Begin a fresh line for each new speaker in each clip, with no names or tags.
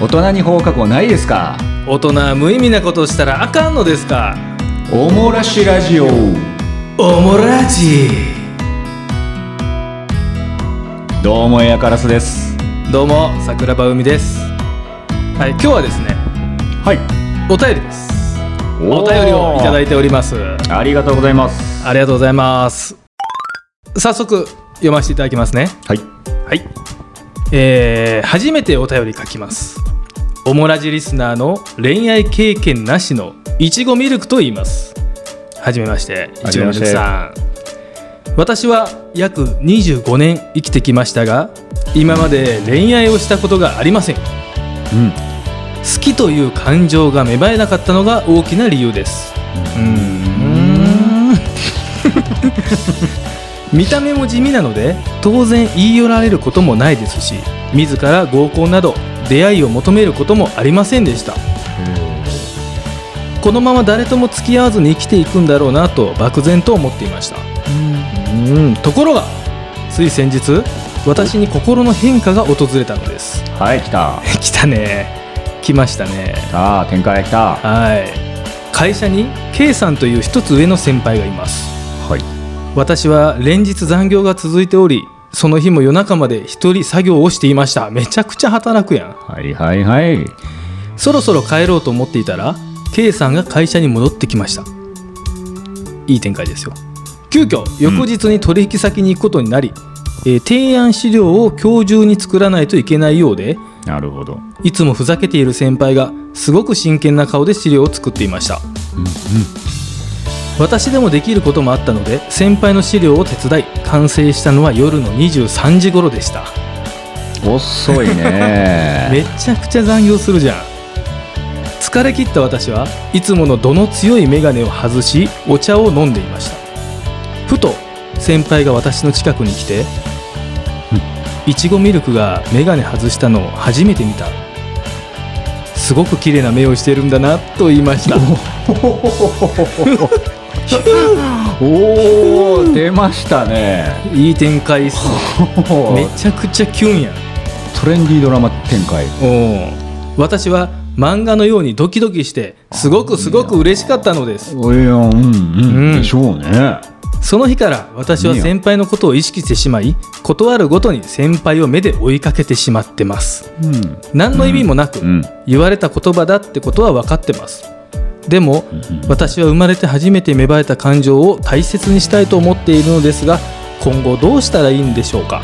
大人に放課後ないですか
大人は無意味なことをしたらあかんのですか
おもらしラジオ
おもラジ
どうもエアカラスです
どうも桜庭海ですはい今日はですね
はい
お便りですお便りをいただいておりますあ
ありがとうございます
りがとうございます早速読ませていただきますね
はい
はい、えー初めてお便り書きますおもラジリスナーの恋愛経験なしのいちごミルクと言いますはじめましてい
は
ち
じ
ご
め
ミ
ま
ル
して
クさん私は約25年生きてきましたが今まで恋愛をしたことがありません好
うん
きという感情が芽生えなかったのが大きな理由ですうーん 見た目も地味なので当然言い寄られることもないですし自ら合コンなど出会いを求めることもありませんでしたこのまま誰とも付き合わずに生きていくんだろうなと漠然と思っていましたうんところがつい先日私に心の変化が訪れたのです
はい来た
来たね来ましたね
さあ展開来たは
はい会社に K さんという一つ上の先輩がいます
い
私は連日残業が続いておりその日も夜中まで一人作業をしていましためちゃくちゃ働くやん
はいはいはい
そろそろ帰ろうと思っていたら K さんが会社に戻ってきましたいい展開ですよ急遽翌日に取引先に行くことになり、えー提案資料を今日中に作らないといけないようで
なるほど
いつもふざけている先輩がすごく真剣な顔で資料を作っていました、私でもできることもあったので先輩の資料を手伝い完成したのは夜の23時頃でした
遅い
め
ね
ちゃくちゃ残業するじゃん疲れ切った私はいつもの度の強い眼鏡を外しお茶を飲んでいましたふと先輩が私の近くに来て「いちごミルクが眼鏡外したのを初めて見た」「すごく綺麗な目をしてるんだな」と言いました
おお出ましたね
いい展開っす
お
め
ー
ちゃくちゃキュンやん
トレンディードラマ展開
おう私は漫画のようにドキドキしてすごくすごく嬉しかったのです
いやうんうん、
うん
でしょうね
その日から私はい
いよ
先輩のことを意識してしまい断るごとに先輩を目で追いかけてしまってます
うん
何の意味もなく、
うん
言われた言葉だってことは分かってますでも、私は生まれて初めて芽生えた感情を大切にしたいと思っているのですが今後どうしたらいいんでしょうか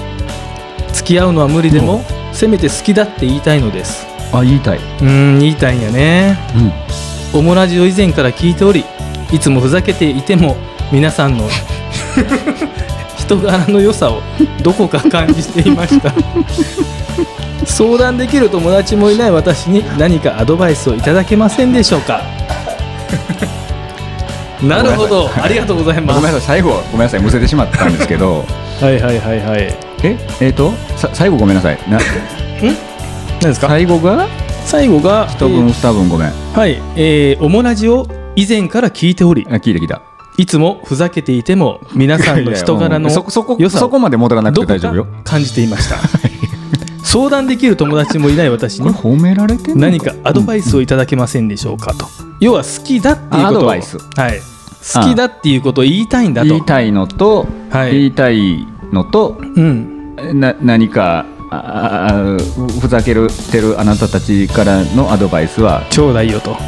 付き合うのは無理でも、せめて好きだって言いたいのです
あ言いたい、
うーん言いたいんやね
うん、
オモラジオ以前から聞いておりいつもふざけていても皆さ んの人柄の良さをどこか感じていました 相談できる友達もいない私に何かアドバイスをいただけませんでしょうか なるほどありがとうござい
ご
ま
めん
す
なさい最後ごめんなさいむせてしまったんですけ ど
はいはいはいはい
ええー、とさ最後ごめんなさいな
何ですか
最後が
最後が
一分
え
二分ごめんあ
ーはいえーオモラジオ以前から聞いており
聞いてきた
いつもふざけていても皆さんの人柄の
いやいやうんそそこ
良さ
そ
を
こまで戻らなく
ど
て
こ
大丈夫よ
か感じていました相談できる友達もいない私
これ
に
褒められてんの
何かアドバイスをいただけませんでしょうかと要は好きだっていう
あア
ことを
ド
は
バ
い
イス
好きだっていうことを言いたいんだと
言いたいのと、
はい
言いたいのと
うん
な何かああふふざけるてるあなたたちからのアドバイスは、
ちょうだいよと
は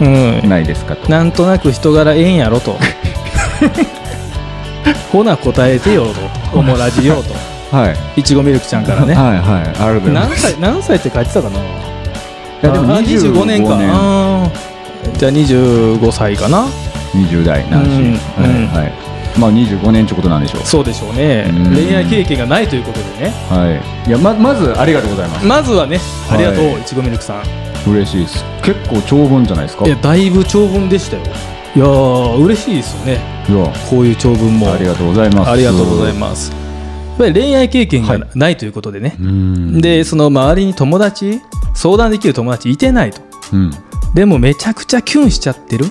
うん
い、ないですかと
なんとなく人柄ええんや ろとほな答えてよとおもらじよと
はい、
いちごミルクちゃんからね
はいはいある
何歳何歳って書いてたかない
やでも
あ25年かあーじゃあ25歳かな
20代なんし、
うん
はいはいまあ25年ってことなんでしょう
そうでしょうね
うん
恋愛経験がないということでね
はいいやままずありがとうございます
まずはねあ
はい
りがとう、い、ちごミルクさん
嬉しいです結構長文じゃないですか
い
い
や
や
だいぶ長文でしたよいやー嬉しいですよねこういう長文も
ありがとうございます
ありがとうござい
す
ますやっぱり恋愛経験が
はい
ないということでね、
うん
でその周りに友達相談できる友達いてないと
うん
でもめちゃくちゃキュンしちゃってる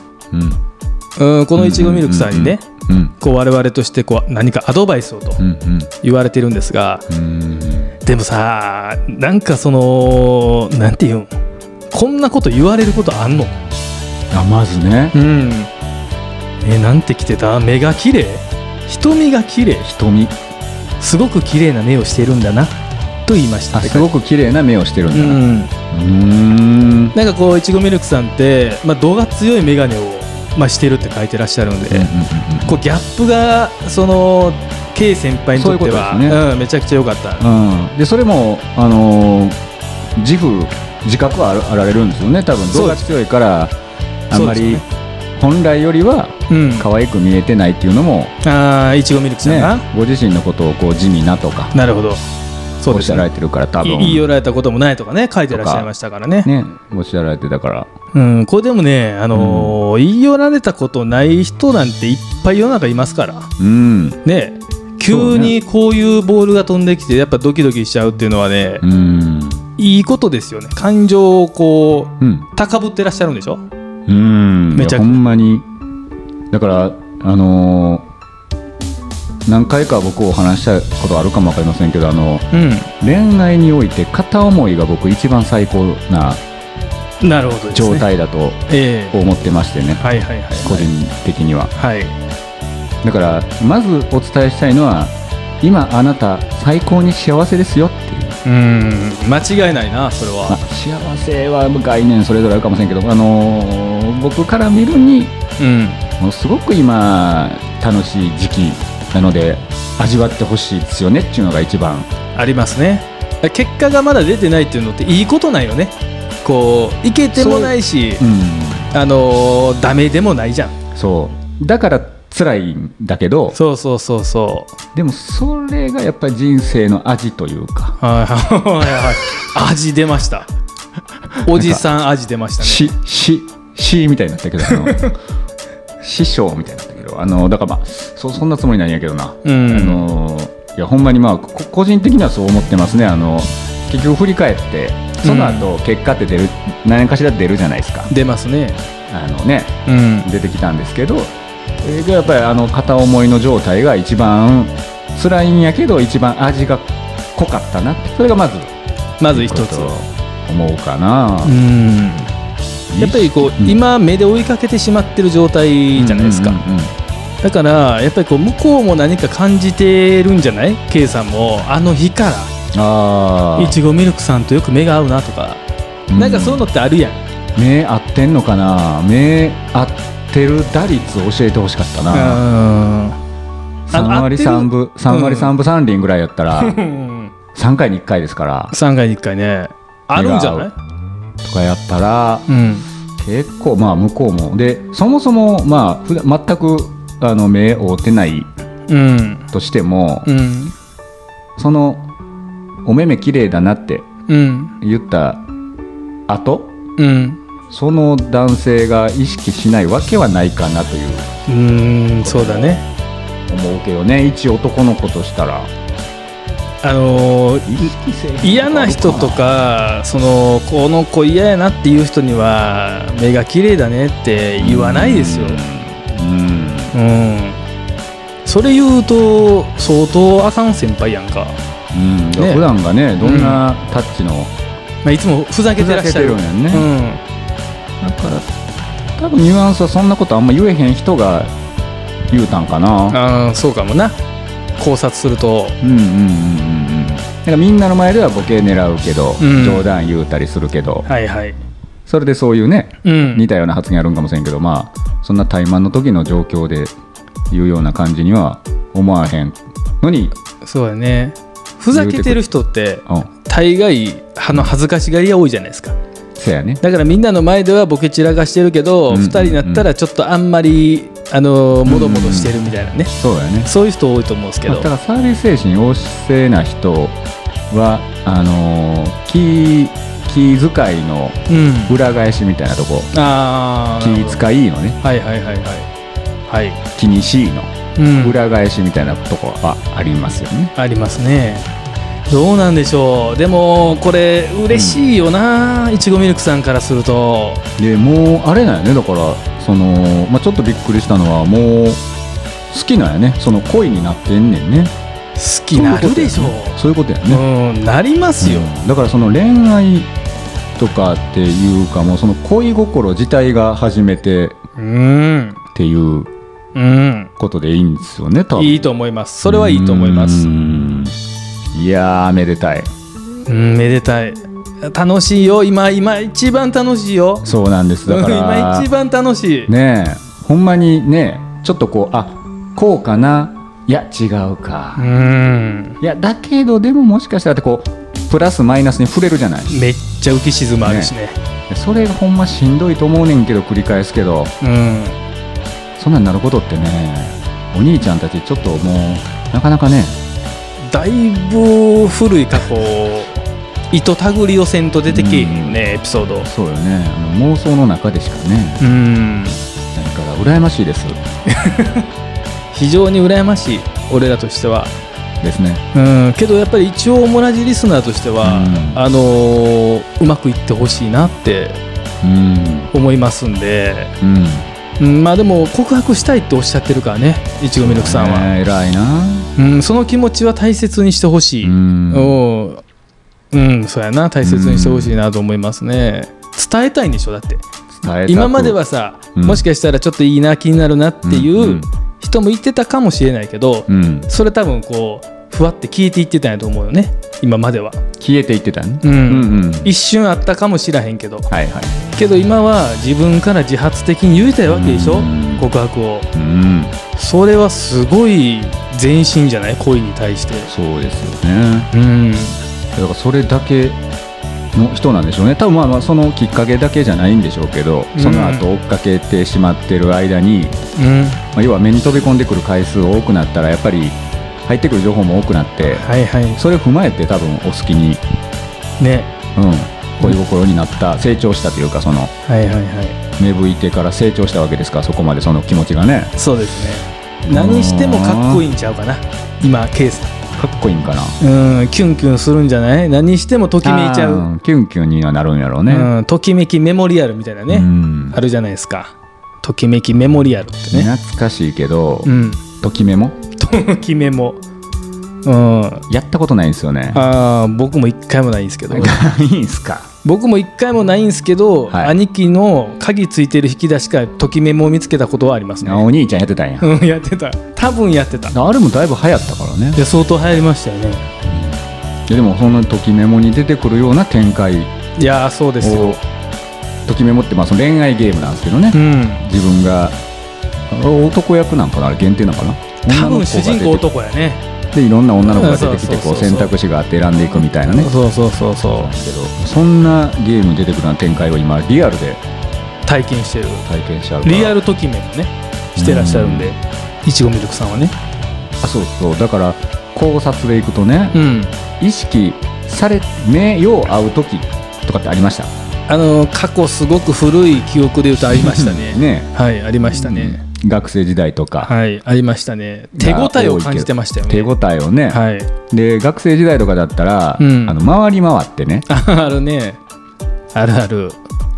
うん
うんこのいちごミルクさんにね
うん
こう我々としてこう何かアドバイスをと
うんうん
言われてるんですが
うん
でもさなんかそのなんていうんこんなこと言われることあんの
あまずね
うんえなんて来てた目が綺麗瞳が綺麗
瞳
すごく綺麗な目をしているんだなと言いました
あすご
く
く綺麗な目をしてる
うん
だ
ん
なうーん
なんかこういちごミルクさんって、まあ、度が強い眼鏡を、まあ、してるって書いてらっしゃるんで、こうギャップがその K 先輩にとっては
そういうことですね
ん、めちゃくちゃ良かった、
うん、でそれも、あのー自負自覚はあるあられるんですよね多分
そ
動
う
画
です
強いからあんま
そう
り
です
本来よりは
うん、
可愛く見えてないっていうのも、
ああいちごミルクさん
ね
が、、
ご自身のことをこう地味なとか
なるほどそう
おっ
で
し
す
ゃら
ね
れてるから多
い
分
言い寄られたこともないとかね書いてらっしゃいましたからね
ね、おっしゃられてたから
うん、これでもね、あのー言い寄られたことない人なんていっぱい世の中いますから
うん
ね急にこういうボールが飛んできてやっぱドキドキしちゃうっていうのはね、
うん
いいことですよね感情をこ
うん
う高ぶってらっしゃるんでしょ
うん
めちゃ
いやほんまにだからあのー何回か僕お話ししたことあるかもわかりませんけどあの
う
恋愛において片思いが僕一番最高なん
なるほどです、ね、
状態だと
ええ
思ってましてね、
はいはいはい
個人的には
はい
だからまずお伝えしたいのは今あなた最高に幸せですよっていう、
うん間違いないなそれ
まあ
は、
幸せは概念それぞれあるかもしれんけど、あのー僕から見るに
うん
もうすごく今楽しい時期なので味わってほしいですよねっていうのが一番
ありますね結果がまだ出てないっていうのっていいことなんよねこういけてもないし
うん
あのーダメでもないじゃん
そうだから辛いんだけど
そうそうそうそう
でもそれがやっぱり人生の味というか
はいはいはい。味出ま した。おじさん味出ましたね。
し、し、しみたいになったけど、 あの師匠みたいになったけど、あの、だからまあ、そそんなつもりないんやけどな。
う
あ
ん。
の、いや、ほんまにまあ、こ個人的にはそう思ってますね。あの、結局振り返って、その後、結果って出る、何かしら出るじゃないですか。
出ますね。
あのね、
うん。
出てきたんですけど、えーやっぱりあの、片思いの状態が一番辛いんやけど、一番味が濃かったな。それがまず、
まず一つ。
思うかな。
うん。やっぱりこう、
うん
今目で追いかけてしまってる状態じゃないですか。
うんうんうんうん
だからやっぱりこう向こうも何か感じてるんじゃない ?K さんもあの日か
あ
らいちごミルクさんとよく目が合うなとか、
あ
なんかそういうのってあるやん。
目合ってんのかな目合ってる打率教えてほしかったな3割3分
合
3割
うん
3分3厘ぐらいやったら
うん。
3回に1回ですから
3回に1回ね。あるんじゃな
目
い
がとかやったら
うん。
結構まあ向こうもでそもそもまあ普段全くあの目合ってない
うん。
としても
うん。
そのお目目綺麗だなって
うん。
言った後
うん。
その男性が意識しないわけはないかなという
うーん、そうだね。
思うけどね一男の子としたら
あのー嫌な人とかそのこの子嫌やなっていう人には目が綺麗だねって言わないですよ。
うん
うん。それ言うと相当あかん先輩やんか。
うん、
ね
普段がねどんなタッチの、
まあ、いつもふざけてらっしゃ
ふ
る。
ざけてるんや
う
ね
ん。
だから多分ニュアンスはそんなことあんま言えへん人が言うたんかな
あーそうかもな。考察すると。
うんうんうんうんうんだからみんなの前ではボケ狙うけど、
うん
冗談言うたりするけど
はいはい。
それでそういうね
うん。
似たような発言あるんかもしれんけどまあそんな怠慢の時の状況で言うような感じには思わへんのに、
そうだね。ふざけてる人って
うん、
大概あの恥ずかしがりが多いじゃないですか。
せやね
だからみんなの前ではボケ散らかしてるけど、
うん
2人になったらちょっとあんまりあのもどもどしてるみたいなね、
そうやね
そういう人多いと思うんですけ
まあ
ど
ただサービス精神旺盛な人はあのー気気遣いの
うん
裏返しみたいなとこ
ああ
気遣いのね
はいはいはいはいはい、
気にしいの
うん、
裏返しみたいなとこはありますよね
ありますねどうなんでしょうでもこれ嬉しいよな、いちごミルクさんからすると
でもうあれなんやねだからその、まあ、ちょっとびっくりしたのはもう好きなんやねその恋になってんねんね
好きなるでしょう
そういうことやね、
うんなりますよ、
うんだからその恋愛とかっていうかもうその恋心自体が初めてっ
うん
ていう
うん、
ことでいいんですよね多分
いいと思いますそれはいいと思います
うんいやーめでたい
うんめでたい楽しいよ今今一番楽しいよ
そうなんですだから
今一番楽しい、
ねえほんまにねちょっとこうあこうかないや違うか、
うん
いやだけどでももしかしたらってこうプラスマイナスに触れるじゃない
めっちゃ浮き沈まあるしね
それがほんましんどいと思うねんけど繰り返すけどそんなんなることってねお兄ちゃんたちちょっともうなかなかね
うんだいぶ古い過去を糸手繰りをせんと出てきえへんね、エピソード
そうよねあの妄想の中でしかね
うん
ないから羨ましいです
非常に羨ましい俺らとしては
ですね
うんけどやっぱり一応同じリスナーとしては、
うん
あのーうまくいってほしいなって
うん
思いますんで、
うん
うん、まあでも告白したいっておっしゃってるからねいちごみるくさんは、
ね偉いな
うん、その気持ちは大切にしてほしい、
うん
おうん、そうやな大切にしてほしいなと思いますね、伝えたいんでしょだって
伝えたく
今まではさ、
うん
もしかしたらちょっといいな気になるなってい
んう
うん人も言ってたかもしれないけど、
うん
それ多分こうふわって消えていってたんやと思うよね今までは、
消えていってたね
うん
うんうん
一瞬あったかもしらへんけど
はいはい
けど今は自分から自発的に言いたいわけでしょ、
うん
告白を
うん
それはすごい前進じゃない恋に対して
そうですよね
うん
だからそれだけの人なんでしょうね多分まあまあそのきっかけだけじゃないんでしょうけど、
うん
その後追っかけてしまってる間に、
うん
まあ、要は目に飛び込んでくる回数多くなったらやっぱり入ってくる情報も多くなって
はいはい
それを踏まえて多分お好きに、
ね
うん、恋心になった成長したというかその
はいはいは
芽吹いてから成長したわけですからそこまでその気持ちがね
いそうですね何してもかっこいいんちゃうかな今ケース
かっこいいんかな
うんキュンキュンするんじゃない何してもときめいちゃ
あ
う、
ーキュンキュンにはなるんやろうね、
うん、ときめきメモリアルみたいなね、
うん
あるじゃないですかときめきメモリアルってね、
懐かしいけど、
うん、
ときめも
ときめも、うん、あ
やったことないんですよね
あー僕も一回もないんですけ ど
いいんすか
僕も一回もないんですけど、
はい
兄貴の鍵ついてる引き出しからときメモを見つけたことはありますね
あお兄ちゃんやってたんや、
うんやってた多分やってたい
あれもだいぶ流行ったからね
や相当流行りましたよね
ででもそのときメモに出てくるような展開
いやーそうですよ
をときメモってまあその恋愛ゲームなんですけどね、
うん
自分があ男役なんかなあれ限定なのかな
多
女の子
分
が
主
出て
人公男やね
でいろんな女の子が出てき
う
て
んそ
こう
うそうそうそう
選択肢があって選んでいくみたいなね
そうそうそうそ
けどそんなゲームに出てくるような展開を今リアルで
う体験してる
体験しちゃうから
リアルときめもねしてらっしゃるんでいちごミルクさんはね
あそうそうだから考察でいくとね、
うん
意識され目を合う時とかってありました
あの過去すごく古い記憶で言うとありましたね
ね
はいありましたね、
学生時代とか、
はい、ありましたね。手応えを感じてましたよね。
手応えをね、
はい。
で学生時代とかだったら、
うん
あの回り回ってね
あ あるね。あるある。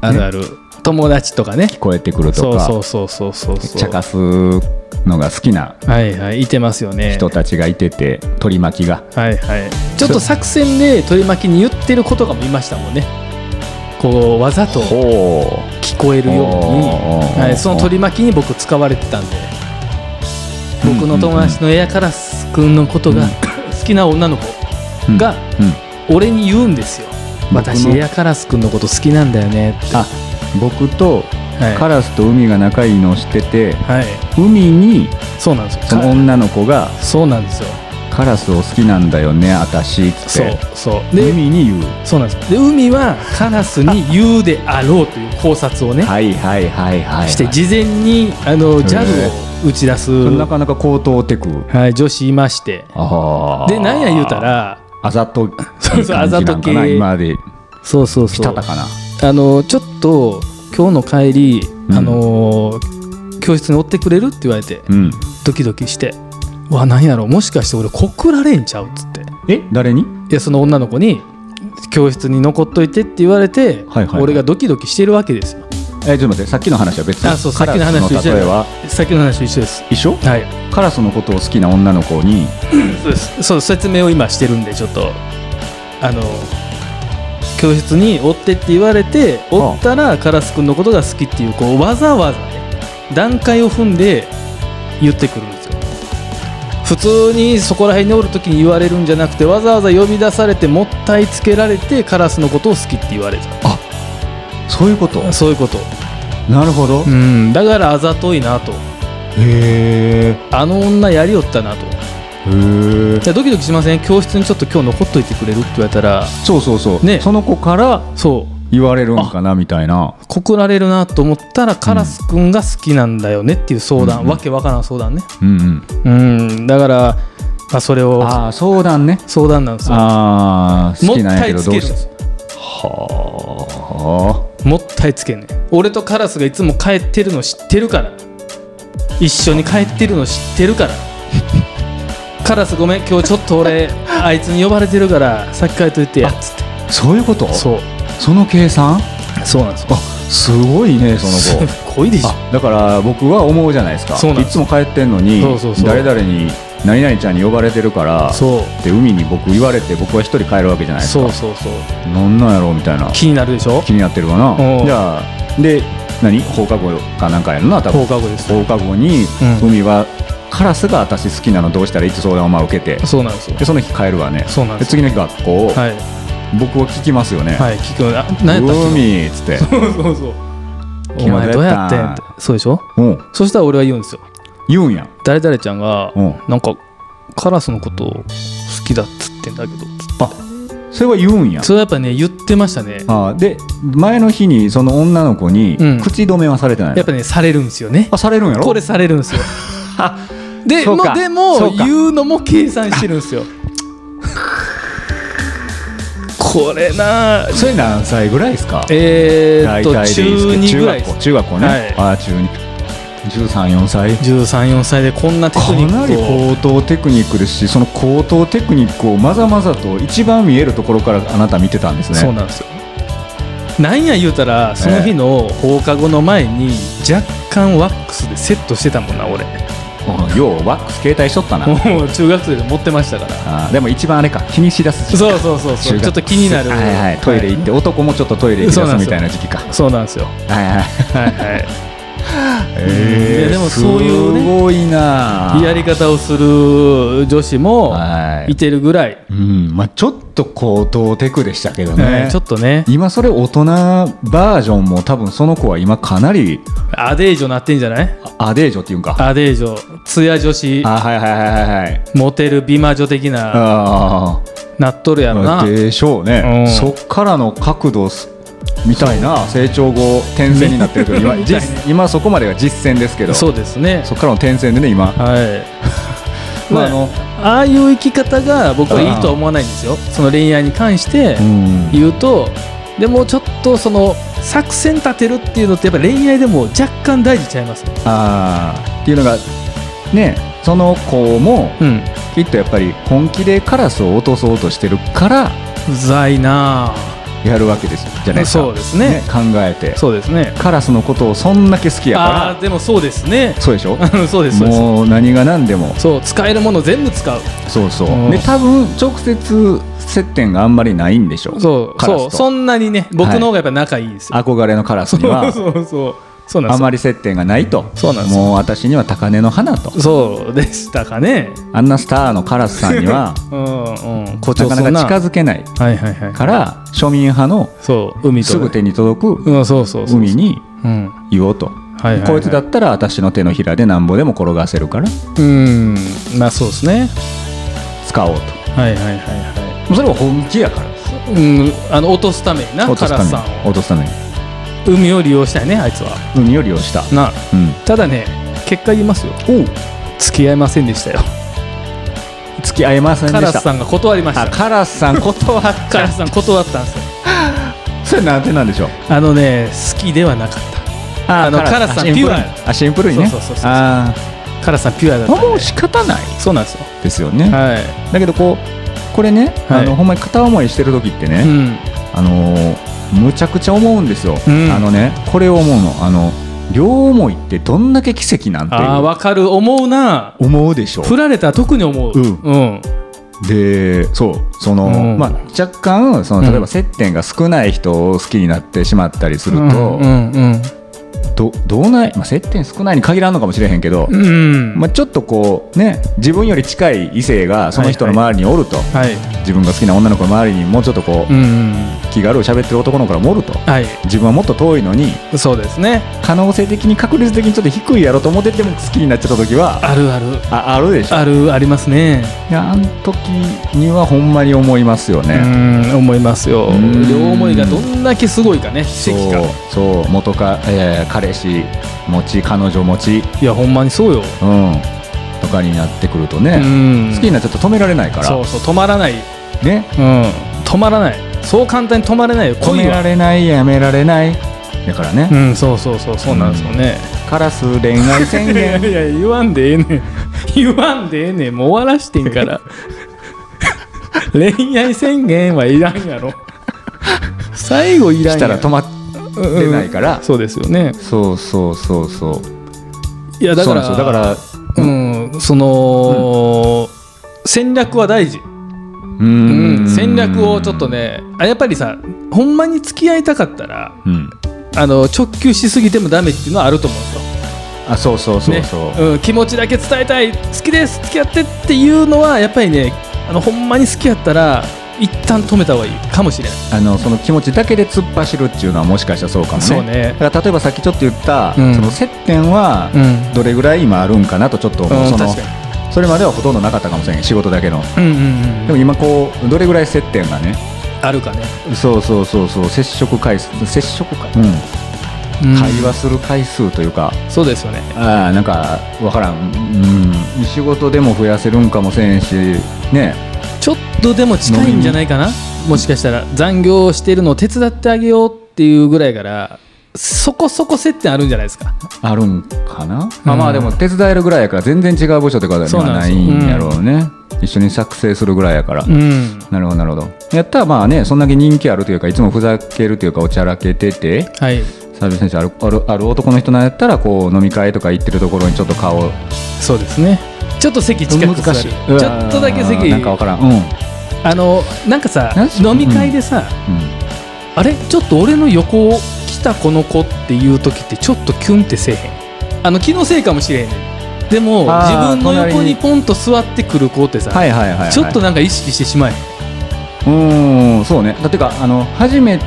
あるある。友達とかね。
聞こえてくると
そう
か
そうそうそうそうそう。
茶化すのが好きな
はいはい、いてますよね。
人たちがいてて取り巻きが
はいはい。ちょっと作戦で取り巻きに言ってることがもいましたもんね。こう、わざと
ほ
聞こえるように、
おーおー
はい、その取り巻きに僕使われてたんで。
うん
僕の友達のエアカラス君のことが好きな女の子
う、うん
が
うん
俺に言うんですよ
僕の
私エアカラス君のこと好きなんだよねって
あ僕と
はい
カラスと海が仲いいのを知ってて、
はい、
海に
そうなんですよ
その女の子が
そうなんですよ
「カラスを好きなんだよね私」っつ
そ
っ
う
て
そうで
海に言う
そうなんですで海はカラスに言うであろうという考察をね、
はいはいはいはい、はい、
して事前にあの
へー
ジャルを打ち出す、
なかなか高等テク
はい、女子いまして
あー
でなんや言うたら
あざとい
そうそ う
感じなんか
あざと
な
系
今まで
そうそう
し
そ
た
う
たかな
あのちょっと今日の帰り、
うん
あの教室に追ってくれるって言われて
うん
ドキドキして「うわ何やろもしかして俺告られんちゃう」っつって
え誰に
いやその女の子に「教室に残っといて」って言われて、
はいはいはい
俺がドキドキしてるわけですよ
えちょっと待ってさっきの話は別に
あそうさっきの話と一緒
カラスの例えは
さっきの話と一緒です
一緒
はい
カラスのことを好きな女の子に
そうですそう説明を今してるんでちょっとあの教室に追ってって言われて追ったらカラス君のことが好きっていうこうわざわざね段階を踏んで言ってくるんですよ普通にそこら辺におる時に言われるんじゃなくてわざわざ呼び出されてもったいつけられてカラスのことを好きって言われた
そういうこと
そういうこと
なるほど
うんだからあざといなと
へえ
あの女やりよったなと
へえ
でドキドキしません教室にちょっと今日残っといてくれるって言われたら
そうそうそう、
ね
その子から
そう
言われるんかなみたいな
告られるなと思ったらカラスくんが好きなんだよねっていう相談、
うん
わけわからん相談ね
うんうん
うんだから、まあ、それを
ああ相談ね
相談なんですよ
ああ
も
好
っ
きなんや
た
け
い
ど
つ
ど
け
う
るん
し
です
は
もったいつけんね俺とカラスがいつも帰ってるの知ってるから一緒に帰ってるの知ってるから カラスごめん今日ちょっと俺あいつに呼ばれてるから先帰っといてやっつって
あそういうこと
そう
その計算
そうなんです
あすごいねそ
す
の子
ごいでしょ
あだから僕は思うじゃないですか
そうなん
い
です
つも帰ってんのに
そうそうそう
誰々に何々ちゃんに呼ばれてるから
そう
って海に僕言われて僕は一人帰るわけじゃないです
そ
か
うそうそう
なんなんやろうみたいな
気になるでしょ
気になってるかな
うん
じゃあで何放課後かなんかやるな多分
放課後です
放課後に
うん
海はカラスが私好きなのどうしたらいいって相談をまあ受けて
そうなんですよ
でその日帰るわね
そうなん
で
です
次の日学校
はい
僕は聞きますよね
はい聞くあ
「
何やったっ
海」っつって
けそうそうそう
昨日
お前どうやって
どうや
ん
っ
ったてそうでしょ
うん
そしたら俺は言うんですよ
言うんや
誰々ちゃんが
うん
なんかカラスのことを好きだっつってんだけど
それは言うんや
それはやっぱね言ってましたね
あーで前の日にその女の子に
うん
口止めはされてないの
やっぱねされるんですよね
あされるんやろ
これされるんですよで
そうか
もで
そう
も
か
言うのも計算してるんで すよこれな
それ何歳ぐらいですか
えー、っ
大
と
体でいいです
中
けど
2ぐらい
中学
です
校中学校ね、
はい
ああ中2 13、4歳
134歳でこんなテク
か
ニ
なり
ックを
高等テクニックですしその高等テクニックをまざまざと一番見えるところからあなた見てたんですね
そうなんですよなんや言うたらその日の放課後の前に若干ワックスでセットしてたもんな俺
うんようワックス携帯しとったな
もう中学生で持ってましたから
あーでも一番あれか気にしだす時期
そうそう そうそ
中
う
学
ちょっと気になる
はいはい、トイレ行って、男もちょっとトイレ行き出すみたいな時期か
はいそうなんですよ
はいはい
はい はい
え
いやでもそういうね
すごいな
やり方をする女子も
はい
いてるぐらい、
うんまあ、ちょっと高等テクでしたけど
は
ね
いちょっとね
今それ大人バージョンも多分その子は今かなり
アデージョなってんじゃない
アデージョっていうんか
アデージョ艶女子
あはいはいはいはいはい
モテる美魔女的な
あ
なっとるやろな
あでしょうね、
うん
そっからの角度すみたいな成長後転線になってるけど今
みたい
実
な
今そこまでが実践ですけど
そうですね
そっからの転線でね今、
はい
ま
ま
あ
あ
あの
ああいう生き方が僕はいいとは思わないんですよその恋愛に関して
うん
言うと、でもちょっとその作戦立てるっていうのってやっぱ恋愛でも若干大事ちゃいます
あーっていうのがねその子も
うん
きっとやっぱり本気でカラスを落とそうとしてるから
うざいな
やるわけですじゃないですか
そうですね
考えて
そうですね
カラスのことをそんだけ好きや
ああ
か
ーでもそうですね
らそうでしょ
うんそうですそうです
もう何が何でも
そう使えるもの全部使う
そうそう
うん
で多分直接接点があんまりないんでしょ
そう
カラスと
そうそんなにね僕の方がやっぱ仲いいですよ、
憧れのカラスには
そうそうそうそうなん
あ
です
まり接点がないと
そうなんですよ
もう私には高嶺の花と
よそうでしたかね
あんなスターのカラスさんに は
うんうん
な
誇張
か
すん
なか近づけない
はいはいはい
から庶民派の
そう海と
すぐ手に届く
うんそうそうそう
海に
うんは
言おうと
いはい、はい、
こいつだったら私の手のひらでなんぼでも転がせるから
うんまあそうですね
使おう
はいはいはいは
とそれは本気やから
いうんあの落とすためにな
落と
カ
す
ラ
ため
ス
に
さんを
落とすために
海を利用したいねあいつは
海を利用した
な
うん
ただね結果言いますよ
お
付き合いませんでしたよ
付き合いませんで
カ
し
ラス
た
さんが断りました
あカラスさん断っ
カラスさん断ったんですよ
それなんてなんでしょう
あのね好きではなかっ
あ
あのカラスさん
シンプルに
ピュ
あシンプルにね
そうそうそうそう
あ
たカラスさんピュアだっ
あ
たんで
もう仕方ない
そうなんですよ
ですよね、
は
だけどこうこれね、
は
あ
い
のほんまに片思いしてる時って
い、う
ね、
ん、
あのーむちゃくちゃ思うんですよ、
うん
あのねこれを思うのあの両思いってどんだけ奇跡なんて
ああ
いう
分かる思うな
思うでしょ
振られたら特に思う
う
うんん
でそうその、
うん
まあ、若干その
うん
例えば接点が少ない人を好きになってしまったりすると、
うんうん
どどうない、まあ、接点少ないに限らんのかもしれへんけど、
うんうん
まあ、ちょっとこうね自分より近い異性がその人の周りにおると、
はい
自分が好きな女の子の周りにもうちょっとこう、
うんうん
気軽に喋ってる男の子からもおると
はい
自分はもっと遠いのに
そうですね
可能性的に確率的にちょっと低いやろと思ってても好きになっちゃった時は
あるある
ああるでしょ
あるありますね
いやあの時にはほんまに思いますよ
う
ね、
ん思いますよ
うん
両思いがどんだけすごいかね奇
そう
跡か
そう元か、えー彼氏持ち彼女持ち、
いやほんまにそうよ
うん、とかになってくると
う
ね、
ん
好きになっちゃったら止められないから
そうそう止まらない
ね
うん止まらないそう簡単に止まれないよ
止
恋
めら
は
れないやめられないだからね、
うんそうそうそうそうなんですよね、
カラス恋愛宣
いや
言
いや言わんでええねん言わんでええねんもう終わらしてんから恋愛宣言はいらんやろ最後いらん や
したら止
ま
まってないから、
そうですよね
そうそうそうそう
いやだ
そ
か
うな
ら
んですよだから
うんその、戦略は大事、
う
うん、戦略をちょっとねあやっぱりさほんまに付き合いたかったら
うん
あの直球しすぎてもダメっていうのはあると思うんですよ
あそうそうそうそう、
ねうん、気持ちだけ伝えたい好きです付き合ってっていうのはやっぱりねあのほんまに好きやったら一旦止めた方がいいかもしれない、
あのその気持ちだけで突っ走るっていうのはもしかしたらそうかもね
そうね
だから例えばさっきちょっと言った、
うん
その接点は
うん
どれぐらい今あるんかなとちょっと思う、
うん
その
確か
それまではほとんどなかったかもしれない仕事だけの
うんうん
でも今こうどれぐらい接点がね
あるかね、
そうそうそうそう接触回数接触回、うん
うん
会話する回数というか、
そうですよね
あーなんか分からん、うん、仕事でも増やせるんかもせんしね
ちょっとでも近いんじゃないかなもしかしたら残業してるのを手伝ってあげようっていうぐらいからそこそこ接点あるんじゃないですか
あるんかな、
うん
あまあでも手伝えるぐらいやから全然違う部署とかで
そう
は
なんで
な
す
い
よ
んやろうね、一緒に作成するぐらいやから、
ん
なるほどなるほどやったらまあねそんだけ人気あるというかいつもふざけるというかおちゃらけてて
はい
サービス選手あるあるある男の人なんやったらこう飲み会とか行ってるところにちょっと顔
そうですねちょっと席近く座
難
る
し
ち
い
ょっとだけ席
なんか分からんうん、うん、
あのなんかさ
なんす
飲み会でさ、あれちょっと俺の横を来たこの子っていう時ってちょっとキュンってせえへんあの気のせいかもしれへんねんでも自
あー
分の横
隣
に
に
ポンと座ってくる子ってさ、
はいはいはい、はい、
ちょっとなんか意識してしまえへん
うんそうねだってかあの初め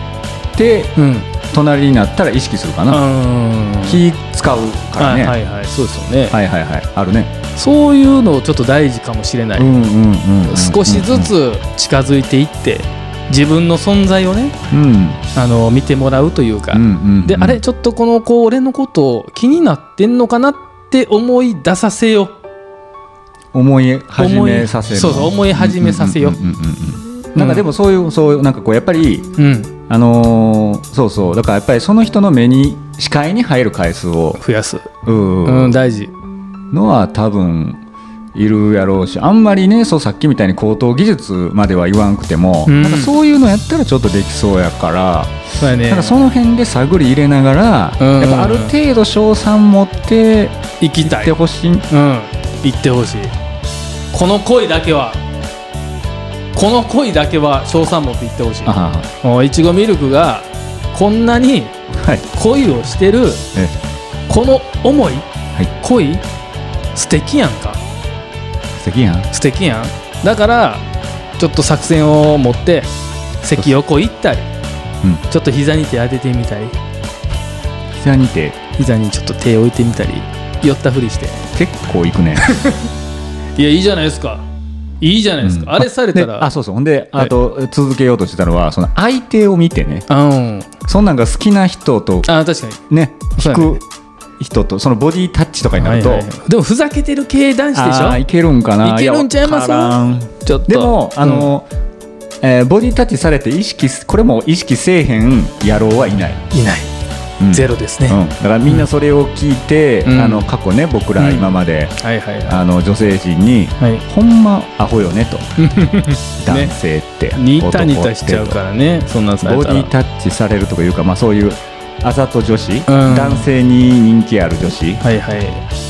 て
うんう
隣になったら意識するかな、
ーん
気使うからね、
は
はい
いはいはいそうですよね、
はい、はいはいあるね
そういうのをちょっと大事かもしれない、
うんうんうんうん
少しずつ近づいていって自分の存在をね
うんうん
あの見てもらうというか、
うんうん
であれちょっとこの子俺のこと気になってんのかなって思い出させよう
思い始めさせる
思いそうそう思い始めさせよう
うんうんうんうんなんかでもそういうそういうなんかこうやっぱり
うん、
あのーそうそうだからやっぱりその人の目に視界に入る回数を
増やす、
うん
うん、大事、
のは多分いるやろうしあんまりねそうさっきみたいに高等技術までは言わんくても、
うん
なんかそういうのやったらちょっとできそうやから、
そうやね
なんかその辺で探り入れながら、
うん
やっぱある程度賞賛持って
行きた
っ
い、
て
うん、
ほしい
行ってほしいこの恋だけはこの恋だけは賞賛持って行ってほしい
あは
もういちごミルクがこんなに
ははい
恋をしてる
え
この思い、
い
恋素敵やんか
素敵やん
素敵やんだからちょっと作戦を持って席横行ったり、
うん
ちょっと膝に手当ててみたり
膝にて
膝にちょっと手を置いてみたり寄ったふりして
結構いくね
いやいいじゃないですかいいじゃないですか、
うん
あれされたら
あそうそうほんで
は
あ
い
と続けようとしてたのはその相手を見てね
あうん
そんなんが好きな人と
あ確かに
ね
そう
引
やね
く人とそのボディタッチとかになると、
はいはいはいでもふざけてる系男子でし
あーいけるんかない
けるんちゃいます
やわからん
ょちょっと
でもあ、の、えーボディタッチされて意識すこれも意識せえへん野郎はいない、
うんいない
うんうん
ゼロですね、
うん、だからみんなそれを聞いて、
うん
あの過去ね僕
う
ら
ん
今まで、
はいはいは
あの女性陣に
いはい
「ほんまアホよね」 と「男性って
ニ
男って
タニタしちゃうからねそんなんされ
ボデ
たら
ィタッチされるとかいうか、まあ、そういうあざと女子、
ん
男性に人気ある女子
はいは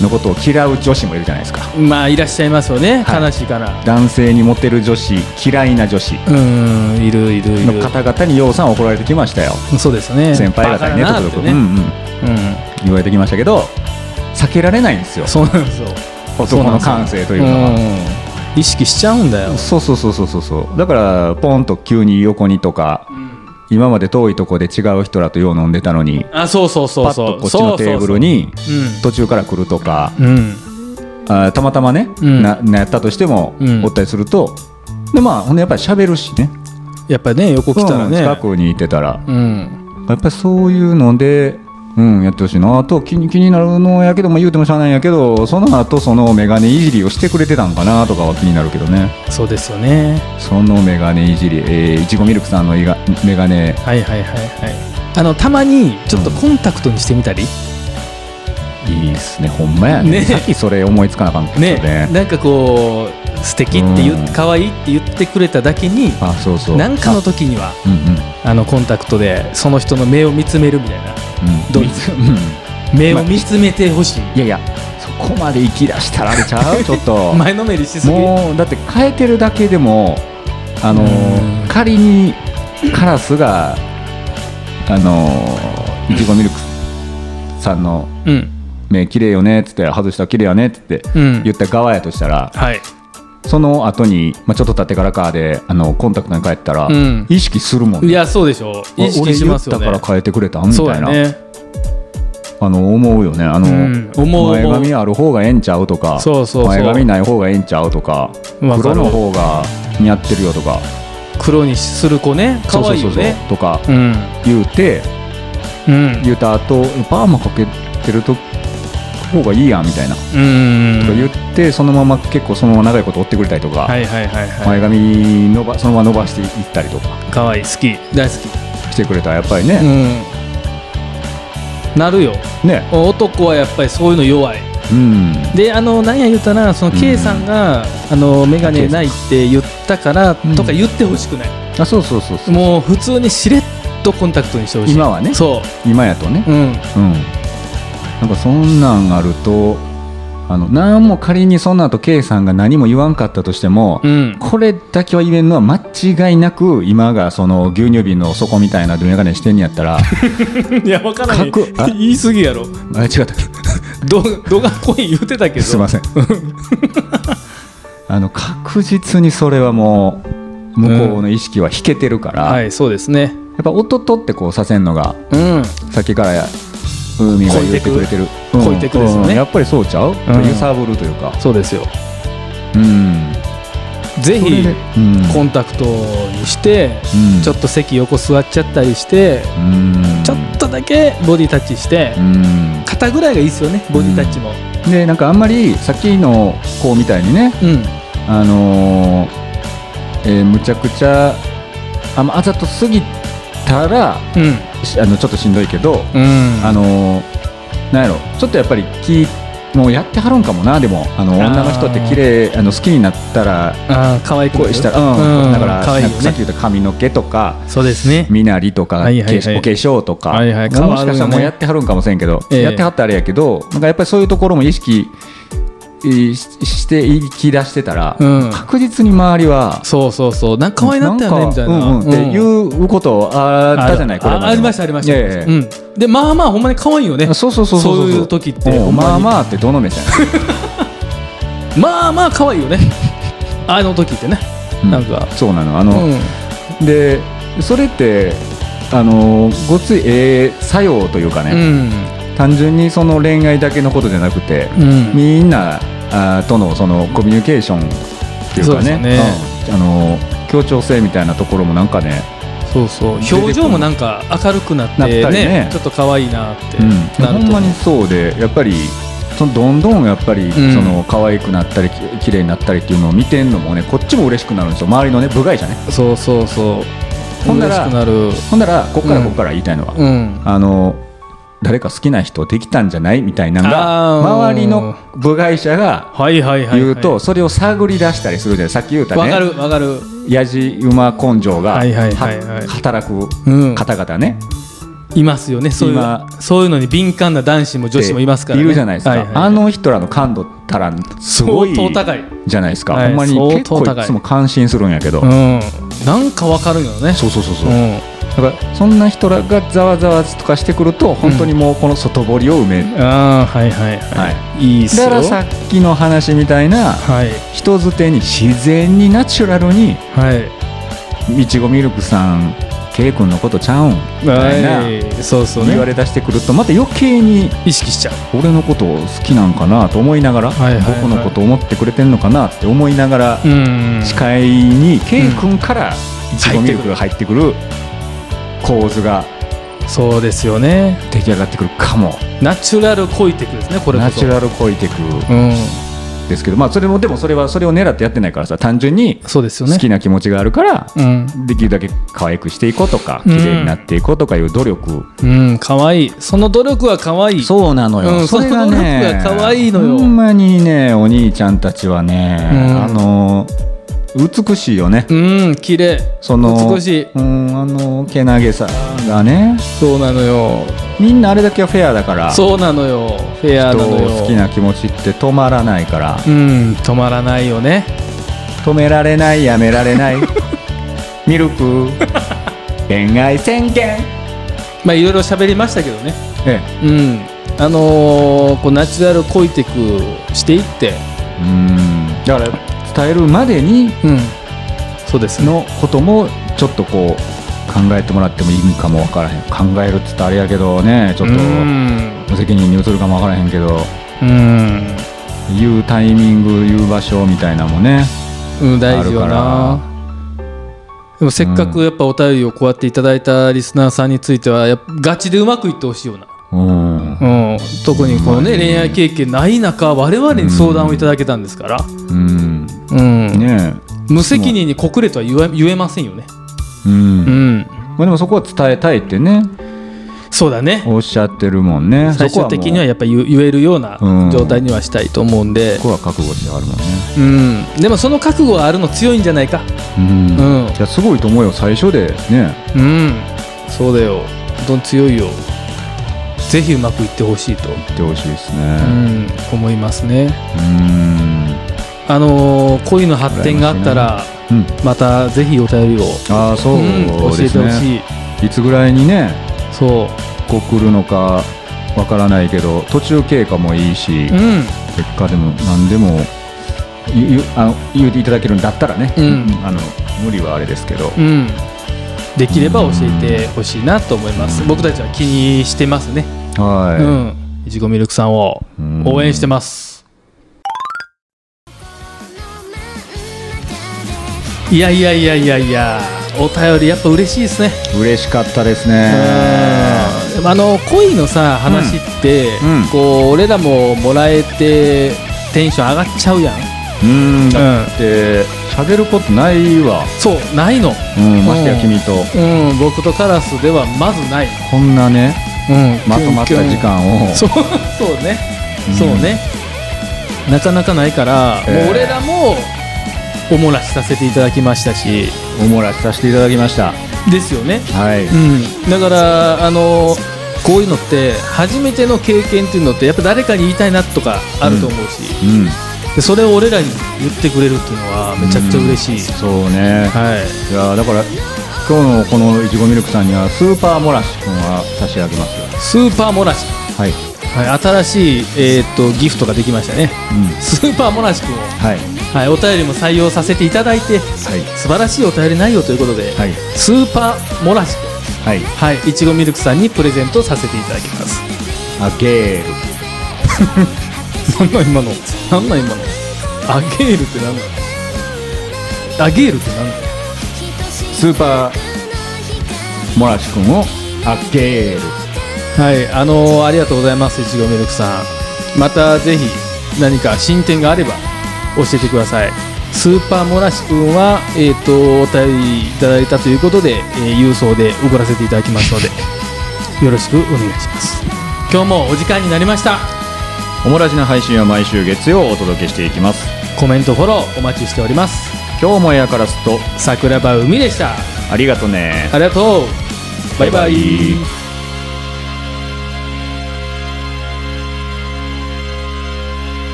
のことを嫌う女子もいるじゃないですか
いまあいらっしゃいますよね、
はい
悲しいから
男性にモテる女子嫌いな女子
うんいるいるい
の
る
方々にようさん怒られてきましたよ
そうですね
先輩方にね
バ
と
カだな
く
っ
と
て
く、
ね、
うんうん、
う
言われてきましたけど避けられないんですよ
ん、そうなんですよ
男の感性というのは。
うん意識しちゃうんだよ、
そうそうそうそうそうそうだからポンと急に横にとか今まで遠いとこで違う人らとよう飲んでたのに
あそうそうそ
パ
う
ッと
そう
こっちのテーブルに
そうそ
途
う
中から来るとか
そううん、うん
あーたまたまね、
うん
ななやったとしても、
うん
おったりするとでまあほんでやっぱり喋るしね
やっぱね横来たらね
うん近くにいてたら
うん
やっぱりそういうので、うん、やってほしいなあと気に気になるのやけども言うてもしゃあないんやけどその後そのメガネいじりをしてくれてたんかなとかは気になるけどね
そうですよね
そのメガネいじり、えーいちごミルクさんのいがメガネ
はいはいはいはいあのたまにちょっとコンタクトにしてみたり、
いいっすねほんまやね
ね
さっきそれ思いつかなかった
ね
ですよね
なんかこう素敵って言う
うん
可愛いって言ってくれただけに
あそうそう
なんかの時には
うんうんうん
あのコンタクトでその人の目を見つめるみたいなどう
うん
目を見つめてほしい、
いやいやそこまで行き出したらあれち ゃうちょっと
前のめりしすぎ
もうだって変えてるだけでもあのー
うん
仮にカラスがあのーいちごミルクさんの
うん
目綺麗よねっつって外したら綺麗やねっつって
うん
言った側やとしたら
はい
その後にまあちょっと経ってからかであのコンタクトに帰ったら、
うん
意識するもん
い
ね
やそうでしょう
お
意識しますよね
俺言ったから変えてくれたんみた
そ
いう
だ
な、
ね
あの思うよねあの、
うん思う
前
思う
髪ある方がええんちゃうとか
そうそうそう
前髪ない方がええんちゃうとか
わかる
黒の方が似合ってるよとか
黒にする子ね可愛いよね
そうそうそうそうとか
うん
言うて
うん
言うた後パーマかけてると方がいいやんみたいな、
うん
とか言ってそのまま結構そのまま長いこと追ってくれたりとか、
はいはいはいは
前髪伸ばそのまま伸ばしていったりとか
い可愛い好き大好き
してくれたらやっぱりね、
うんなるよ
ね
男はやっぱりそういうの弱い
うん
であのなんや言ったらその
うん
K さんが「あの眼鏡ない」って言ったから
うん
とか言ってほしくない、
あそうそうそうそう
もう普通にしれっとコンタクトにしてほしい
今はね
そ
今やとね
ううん
うん、なんかそんなんあるとあの何も仮にそんなと K さんが何も言わんかったとしても、
うん
これだけは言えんのは間違いなく今がその牛乳瓶の底みたいなメガネしてんやったら
いや分から
かっこあ
言い過ぎやろ
あ違った
どどがこい言ってたけど
すいません あの確実にそれはもう向こうの意識は引けてるから、
は
やっ
いそうですね
ぱとってこうさせんのが
うん
さっきから海が言ってくれてる
こいてくですよね
うんやっぱりそうちゃう、
ん
揺さぶるというか
そうですよ
うん
ぜ
それ
ひ
でうん
コンタクトにして、
うん
ちょっと席横座っちゃったりして、
うん
ちょっとだけボディタッチして、
うん
肩ぐらいがいいですよねボディタッチも
でなんかあんまりさっきの子みたいにね
うん、
あのーえーむちゃくちゃあ,、まあざとすぎたら
うん
しあのちょっとしんどいけど、
うん
あのーなんやろちょっとやっぱり気もうやってはるんかもなでもあの
あー
女の人って綺麗あの好きになったら
あー可愛い子
恋したら、
うん
うん
うん、
だから
可愛いよ
なんかさっ
ね
き言った髪の毛とか
そうですね
身なりとか、
はいはいはい
化粧お化粧とか、
はいはい
もうもしかしたらもうやってはるんかもしれんけど、
ええ
やってはったらあれやけどなんかやっぱりそういうところも意識えーししていき出してたら、
うん
確実に周りは
そうそうそうなんか可愛いなったよねみたいな
なんかうんうんっていうことあったじゃないこれまで
あ
も
ありましたありました、
ええ
うん、でまあまあほんまに可愛いよね
そうそうそう
そういう時って
おう
ほんまに
まあまあってどの目線
まあまあ可愛い よねあの時ってね
うん
なんか
そうなのあ
う
の、
ん
でそれってあのごついええ作用というか
う
ね、
ん
単純にその恋愛だけのことじゃなくて、
うん
みんなあーとのそのコミュニケーションっていう
そう
か
です
ね
よね
うんあのー協調性みたいなところもなんかね、
そうそう表情もなんか明るくなってね
なったりね
ちょっと可愛いなって
うん、
な
ほ
ると、
んまにそうでやっぱりそのどんどんやっぱり、
ん
その可愛くなったりき綺麗になったりっていうのを見てんのもねこっちも嬉しくなるんですよ周りのね部外者ね
そうそうそう
ほんなら
嬉しくなる
ほんならこっか
う
ら
ん
こっから言いたいのは、
うん
あの誰か好きな人できたんじゃないみたいなのが
あー
周りの部外者が
はいはいはい、はい、
言うとそれを探り出したりするじゃないさっき言った
わか
ね
るわかる
やじ馬根性が
はいはいはいは
は
い
働く
うん
方々ね
いますよねそういう
今
そういうのに敏感な男子も女子もいますから、ね、
るじゃないです
は
か
はは
あの人らの感度たらすごい
相当高い
じゃないですか
はい
ほんまに
相
結
当
構
高い
いつも感心するんやけど
うんなんかわかるよね
そうそうそうそううんだからそんな人らがざわざわとかしてくると本当にもうこの外堀を埋める、
ああは
はい
いはいはいいいっすよ
だからさっきの話みたいな
はい
人づてに自然にナチュラルに
はい
いちごミルクさん K 君のことちゃうんみたいな
はいそうそう
言わ
ね
れ出してくるとまた余計に
意識しちゃう
俺のことを好きなんかなと思いながら
はいはいはい
僕のこと思ってくれてんのかなって思いながら
うん
視界に K 君からいちごミルクが入ってくる構図が
そうですよね
出来上がってくるかも
ナチュラル恋テクですねこれこそ
ナチュラルコイテク
うん
ですけどまあそれもでもそれはそれを狙ってやってないからさ単純に
そうですよね
好きな気持ちがあるから
うん
できるだけ可愛くしていこうとか
うん
綺麗になっていこうとかいう努力、
うん可愛いその努力は可愛い
そうなの
うん
それがね
その努力が可愛いのよ
ほんまにねお兄ちゃんたちはね、
うん
あの美しいよね、
うん綺麗
その
美しい
うんあのけなげさがね
そうなのよ
みんなあれだけはフェアだから
そうなのよフェアなの
人
よ
を好きな気持ちって止まらないから
うん止まらないよね
止められないやめられ ないミルク恋愛宣言
まあいろいろ喋りましたけどね
ええ
うんあのーこうナチュラル恋テクをしていって
うんだから伝えるまでに
うんそうですね
のこともちょっとこう考えてもらってもいいかもわからへん考えるっつったらあれやけどねちょっと
うん
無責任に映るかもわからへんけど
うん
言うタイミング言う場所みたいなのもね
うん、大事よ
ある
なでもせっかくやっぱお便りをこうやっていただいたリスナーさんについてはやっぱガチでうまくいってほしいよな、
うん、
うん、特にこのね恋愛経験ない中我々に相談をいただけたんですから、
うん、
うん
ね
無責任に告れとは言え言えませんよね
えうん、
う
まあ、
ん
でもそこは伝えたいってね
そうだね
おっしゃってるもんね
最終的には
そ
やっぱ言言えるような
うん
状態にはしたいと思うんで、
こはもうそこは覚悟してあるもんね
うん、でもその覚悟があるの強いんじゃないか
うん、
うん
いやすごいと思うよ最初でね
うんそうだよどん強いよぜひうまくいってほしいと、
言ってほしいです
う
ね
ん、思いますね
うん
あのー恋の発展があったら
うん、
またぜひお便りを
ああそう
うん教
で
えて
す
ほ
ね、
しい
いつぐらいにね
そ
こう来るのかわからないけど途中経過もいいし、
ううん
結果でも何でもゆゆあの言うていただけるんだったらね、
うん
あの無理はあれですけど、
うんできれば教えてほしいなと思います僕たちは気にしてますねう
は
んいちごミルクさんを
い、うん
応援してますいやいやいやいやいやお便りやっぱ嬉しいですね
嬉しかったです
うん
ね
あの恋のさ話って、
うんうん
こう俺らももらえてテンション上がっちゃうやん、
うんだって喋ることないわ、
そうないの、
うん、ましてや君と
うん、僕とカラスではまずない、
こんなね
うん
まとまった時間を
そうそうね、
うん
そうねなかなかないから、
えー
もう俺らもおもらしさせていただきましたし
おもらしさせていただきました
ですよね、
はい、
うん、だからあのこういうのって初めての経験っていうのってやっぱ誰かに言いたいなとかあると思うし、
うん、
でそれを俺らに言ってくれるっていうのはめちゃくちゃ嬉しい、
そうね、
はい
いやーだから今日のこのいちごミルクさんにはスーパーモラシ君は差し上げますよ
スーパーモラシ、
はい、うん、
はい、新しい、えーっとギフトができましたねスーパーモラシ君を、
はい
はい、お便りも採用させていただいて
はい
素晴らしいお便り内容ということで、
はい
スーパーモラシ
はい
君はいいちごミルクさんにプレゼントさせていただきます
あゲール
なんなん今のなんなん今のアゲールってなんなんアゲールってなんなん
スーパーモラシ君をあゲール
はい、あのーありがとうございます、いちごミルクさん。またぜひ何か進展があれば教えてください。スーパーモラシ君は、えー、とお便りいただいたということで、えー郵送で送らせていただきますのでよろしくお願いします。今日もお時間になりました
おもらじの配信は毎週月曜お届けしていきます
コメントフォローお待ちしております
今日もエアカラスと
桜庭海でした
ありがとね
ありがとうバイバイ